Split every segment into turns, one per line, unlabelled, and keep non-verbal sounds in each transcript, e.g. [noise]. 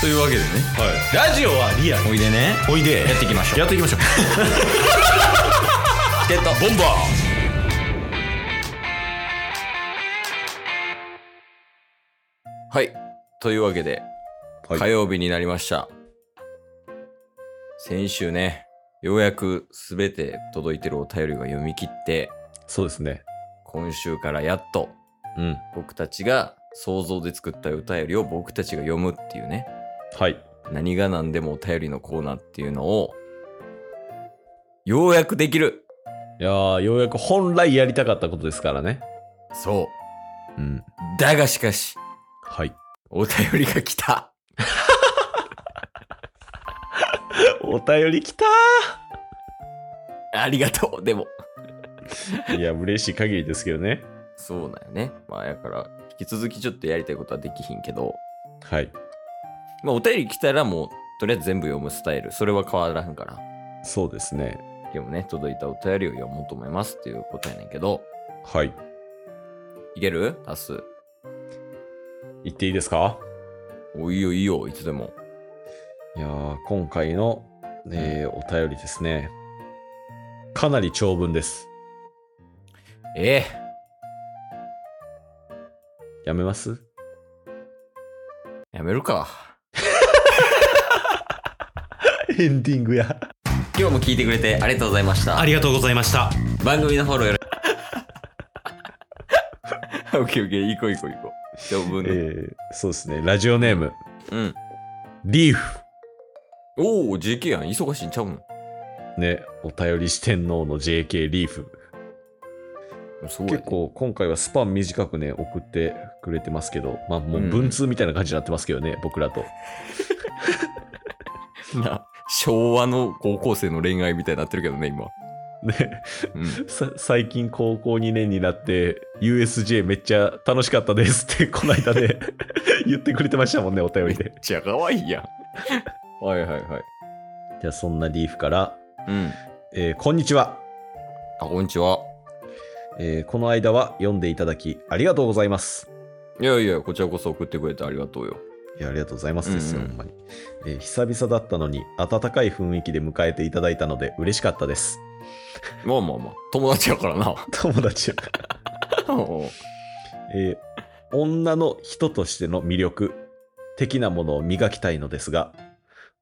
というわけでね
ラジオはリアル
おいでね
おいで
やっていきましょう
やっていきましょう
チケットボンバーはいというわけで、
はい
火曜日になりました先週ねようやくすべて届いてるお便りが読み切って
そうですね
今週からやっと
うん
僕たちが想像で作ったお便りを僕たちが読むっていうね
はい
何が何でもお便りのコーナーっていうのをようやくできる
いやーようやく本来やりたかったことですからね
そう
うん
だがしかし
はい
お便りが来た [laughs]
お便り来た
ありがとうでも
ーいや嬉しい限りですけどね
そうだよねまあやから引き続きちょっとやりたいことはできひんけど、
はい
まあ、お便り来たらもうとりあえず全部読むスタイルそれは変わらんから
そうですね
今日もね届いたお便りを読もうと思いますっていう答えなんやけど
はい
いけるタス
言っていいですか
おいいよいいよいつでも
いやー今回の、えーお便りですねかなり長文です
ええ
やめます
やめるか
エンディングや
今日も聞いてくれてありがとうございました
りがとうございました
番組のフォローよろ [laughs] オッケーオッケー行こう行こう行こう長文
え
の、
ー、そうですねラジオネーム
うん
リーフ
おお JK やん忙しいんちゃうの
ねお便り四天王の JK リーフ
すごい
結構今回はスパン短くね送ってくれてますけどまあもう
うん
文通みたいな感じになってますけどね、僕らと [laughs]
な昭和の高校生の恋愛みたいになってるけどね今、
ね
うん、
さ最近高校2年になって USJ めっちゃ楽しかったですって [laughs] この間ね言ってくれてましたもんねお便りで
じゃあかわいいやん [laughs] はいはいはい
じゃあそんなリーフから、
うん
えーこんにちは、
あこんにちは
えーこの間は読んでいただきありがとうございます
いやいやこちらこそ送ってくれてありがとうよ
いやありがとうございますですよ、
うんうん
ほんまに、えー久々だったのに温かい雰囲気で迎えていただいたので嬉しかったです [laughs]
まあまあまあ友達やからな
友達や
おう
えー女の人としての魅力的なものを磨きたいのですが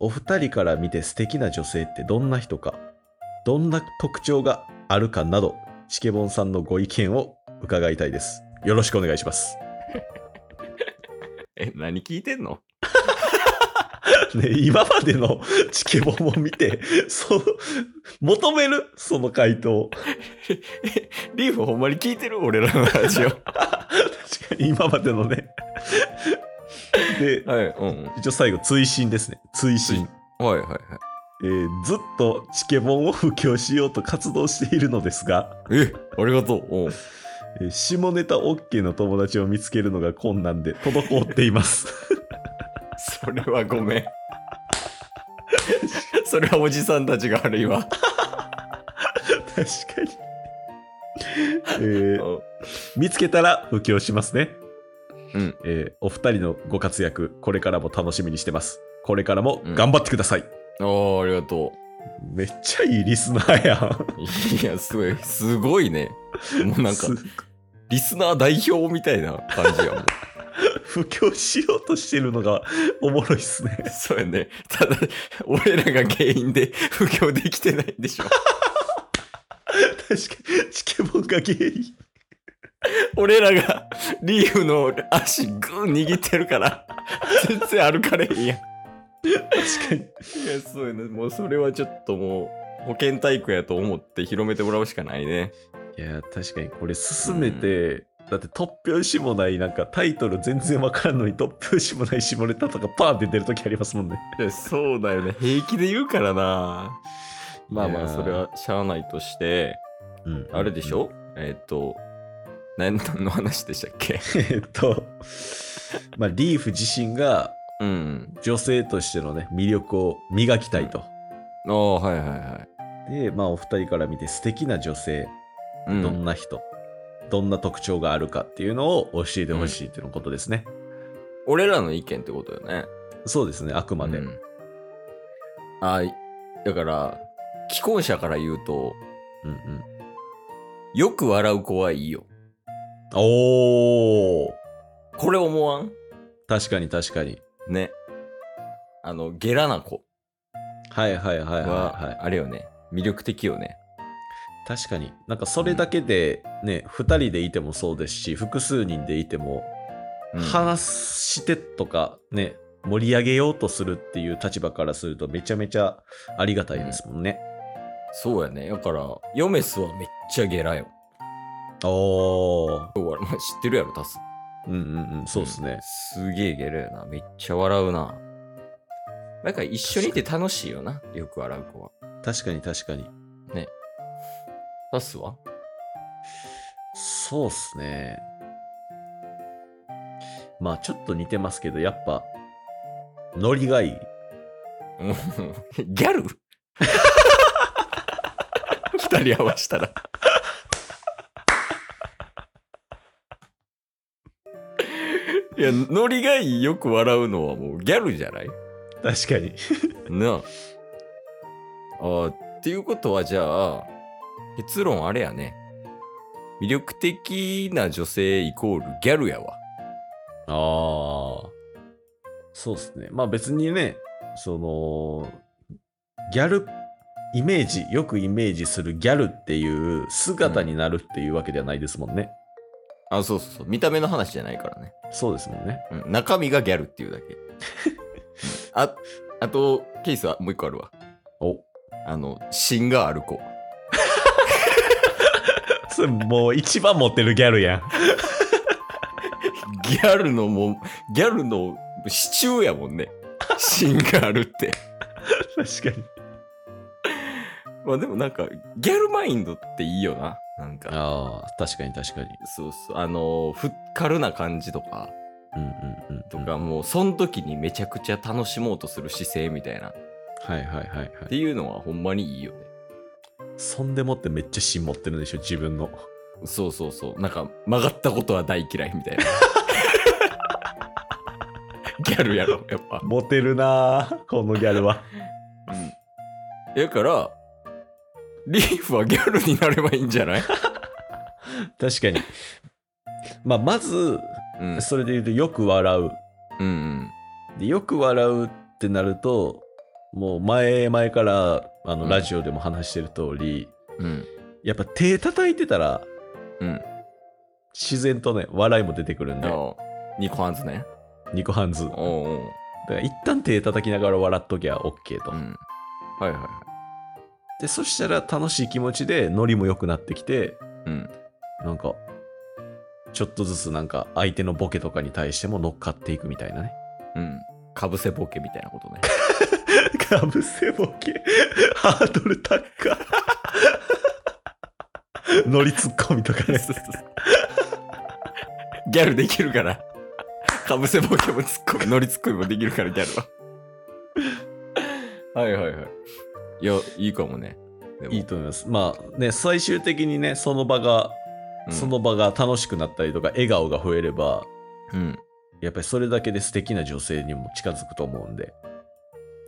お二人から見て素敵な女性ってどんな人かどんな特徴があるかなどチケボンさんのご意見を伺いたいですよろしくお願いします
[laughs]
[laughs]
え何聞いてんの
ね今までのチケボンを見てそう求めるその回答 [laughs]
リーフほんまに聞いてる俺らのラジオ
確かに今までのねで
[laughs] はいうんうん
一応最後追伸ですね追
追
伸
伸はいはいはい
えーずっとチケボンを布教しようと活動しているのですが、
えありがとうおう
えー下ネタ OK の友達を見つけるのが困難で滞っています
[laughs] それはごめん [laughs] それはおじさんたちが悪い [laughs] わ
確かに、えー見つけたら布教しますね、
うん
えーお二人のご活躍これからも楽しみにしてますこれからも頑張ってください、
おあありがとう
めっちゃいいリスナーやん
いや、すごい、すごいね。もうなんか
す、
リスナー代表みたいな感じや [laughs] もん。
布教しようとしてるのがおもろいっすね
そうやね。ただ、俺らが原因で布教できてないんでしょ。
確かにチケボンが原因
俺らがリーフの足グー握ってるから、全然歩かれへんやん。い
確かに
や、そうやね。もうそれはちょっともう、保健体育やと思って広めてもらうしかないね。
いやー確かにこれ進めて、だって突拍子もないなんかタイトル全然わからんのに突拍子もない下ネタとかパーンって出る時ありますもんね
いやそうだよね。平気で言うからな。まあま
い
あ、
やー
それはしゃあないとして、
うん
あれでしょ、えっ、と、何の話でしたっ
[laughs]
け
えーっとまあリーフ自身が
うん。
女性としてのね魅力を磨きたいと、
ああ、はいはいはい。
でまあお二人から見て素敵な女性
う
どん
ん、
な人、どんな特徴があるかっていうのを教えてほしいっていうことですね、
俺らの意見ってことよね。
そうですね、あくまで。
うんあだから既婚者から言うと
うんうん、
よく笑う子はいいよ
おー
これ思わん
確かに確かに。
ねあのゲラな子
はいはいはいはい、は
はあれよね魅力的よね
い。確かに。なんかそれだけでね、2人でいてもそうですし、複数人でいても、
うん
話してとかね、盛り上げようとするっていう立場からするとめちゃめちゃありがたいですもんね。
そうやねだからヨメスはめっちゃゲラよ
おー
お笑まあ知ってるやろタス
うんうんうん、そうですね。
すげえゲラやなめっちゃ笑うななんか一緒にいて楽しいよなよく笑う子は
確かに確かに。
タスは
そうっすね。まあちょっと似てますけど、やっぱ、ノリがいい。
うんギャル二人合わしたら。いや、ノリがいいよく笑うのはもうギャルじゃない
確かに。
なあ。あーっていうことはじゃあ、結論あれやね。魅力的な女性イコールギャルやわ。
ああ。そうっすね。まあ別にね、その、ギャル、イメージ、よくイメージするギャルっていう姿になるっていうわけではないですもんね。
あ、そうそうそう。見た目の話じゃないからね。
そうですもんね。
うん、中身がギャルっていうだ [laughs] け。あ、あと、ケースはもう一個あるわ。
お。
あの、芯がある子。
[laughs] それもう一番持ってるギャルやん。
ギャルのもう、ギャルの支柱やもんね。 [laughs] 芯があるって。
確かに。
まあでもなんか、ギャルマインドっていいよな。なんか、
ああ、確かに確かに。
そうそう、あの、ふっかるな感じとか、
うんうんうん。
とか、もう、その時にめちゃくちゃ楽しもうとする姿勢みたいな。っ
はいはいはいはい。
ていうのはほんまにいいよね。
そんでもってめっちゃ芯持ってるでしょ、自分の。
そうそうそう。なんか、曲がったことは大嫌いみ [laughs] たいな。ギャルやろ、やっぱ。
モテるなぁ、このギャルは。
だから、リーフはギャルになればいいんじゃない、
[laughs] 確かに。まあ、まず、
うん、
それで言うと、よく笑う。
うんうん。
で、よく笑うってなると、もう前々から、あ
う
の、
ん
ラジオでも話してる通り、
うん。
やっぱ手叩いてたら、
うん。
自然とね、笑いも出てくるん
あ
で、
の、ニコハンズね。
ニコハンズ。だか
おうおう。
ら一旦手叩きながら笑っときゃ OK と
う。ん。はいはいは
で、そしたら楽しい気持ちで、ノリも良くなってきて、
い。うん。
なんか、ちょっとずつなんか相手のボケとかに対しても乗っかっていくみたいなね。
うん。かぶせボケみたいなことね。
かぶせボケ、ハードル高っ。乗りツッコミとかね。
ギャルできるから。かぶせボケもツッコミ、ノリツッコミもできるから、ギャルは。はいはいはい。いや、いいかもね。でも
いいと思います。まあね、最終的にね、その場が、
うん
その場が楽しくなったりとか、笑顔が増えれば、
うん。
やっぱりそれだけで素敵な女性にも近づくと思うんで。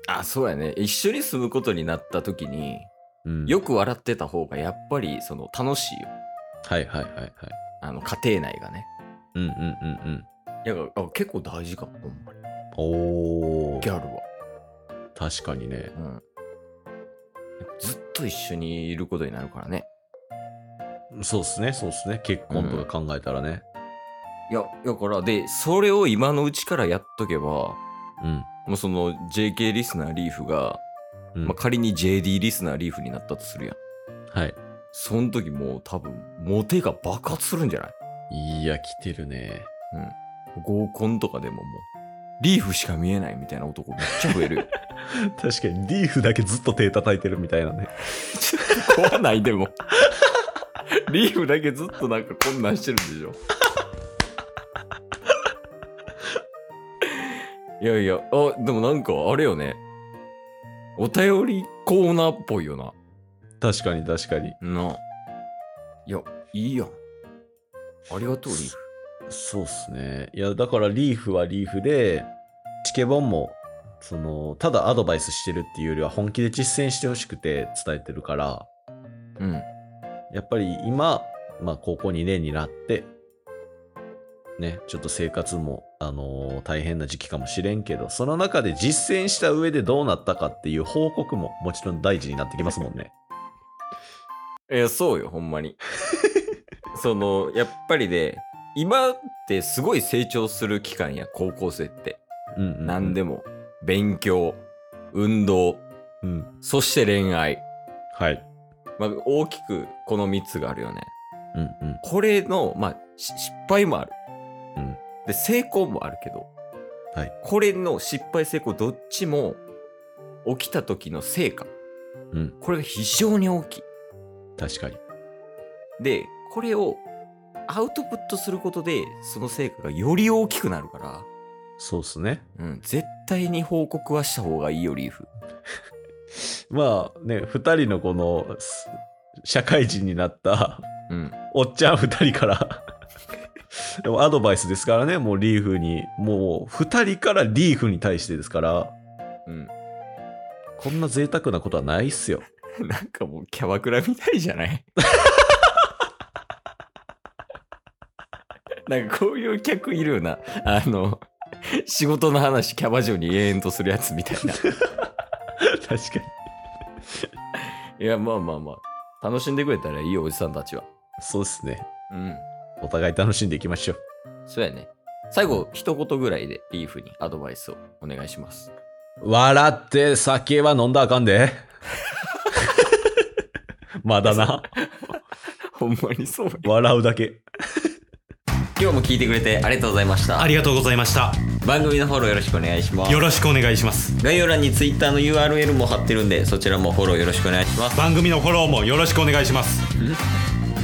あ、そうやね。一緒に住むことになった時に、
うん、
よく笑ってた方がやっぱりその楽しいよ。
はいはいはいはい。
あの家庭内がね。
うんうんうん
いやあ結構大事かも、ほんまに。
うん。お
ギ
ー、
ャルは。
確かにね。
うん。ずっと一緒にいることになるからね。
そうっすね、そうっすね。結婚とか考えたらね。
いや、だから、で、それを今のうちからやっとけば、
うん。
もうその JK リスナーリーフが、
うん
まあ、仮に JD リスナーリーフになったとするやん。
はい。
その時もう多分、モテが爆発するんじゃない
いや、来てるね。
合コンとかでももう、リーフしか見えないみたいな男めっちゃ増え
[laughs]
るよ。
確かに、リーフだけずっと手叩いてるみたいなね。
ちょっと怖ないでも。リーフだけずっとなんかこんなんしてるんでしょ。いやいや、あ、でもなんかあれよね。お便りコーナーっぽいよな。
確かに、確かに。
な。いや、いいやん。ありがとう、リーフ。
そうっすね。いや、だから、リーフはリーフで、チケボンもその、ただアドバイスしてるっていうよりは本気で実践してほしくて伝えてるから、
うん。
やっぱり今、まあ高校2年になって、ね、ちょっと生活も、あのー大変な時期かもしれんけど、その中で実践した上でどうなったかっていう報告ももちろん大事になってきますもんね。
いや、そうよ、ほんま [laughs] に。その、やっぱりね、今ってすごい成長する期間や、高校生って。
うんうん、
何で
も。
も。勉強、運動、
うん。
そして恋愛。
はい。
まあ、大きくこの3つがあるよね。
うんうん。
これの、まあ、し失敗もある。
うん
で、成功もあるけど、
はい
これの失敗、成功、どっちも起きた時の成果。
うん
これが非常に大きい。
確かに。
で、これをアウトプットすることで、その成果がより大きくなるから、
そうっすね。
うん、絶対に報告はした方がいいよ、リーフ。
まあね、2人のこの、す社会人になった
うん。
おっちゃん2人から。でもアドバイスですからね、もうリーフに。もう2人からリーフに対してですから、
うん。
こんな贅沢なことはないっすよ。
[laughs] なんかもうキャバクラみたいじゃない [laughs] なんかこういう客いるよな。あの、仕事の話キャバ嬢に延々とするやつみたい [laughs] な。い
確かに。
や、まあまあまあ。楽しんでくれたらいいよ、おじさんたちは。
そうですね。
うん。
お互い楽しんでいきましょう。
そうやね。最後、一言ぐらいでリーフにアドバイスをお願いします。
笑って酒は飲んだらあかんで。まだな。
ほんまにそうや
笑うだけ。
今日も聞いてくれてありがとうございました
あ。りがとうございました。
番組のフォローよろしくお願いします
よ。ろしくお願いします。
概要欄に Twitter の URL も貼ってるんで、そちらもフォローよろしくお願いします。
番組のフォローもよろしくお願いします。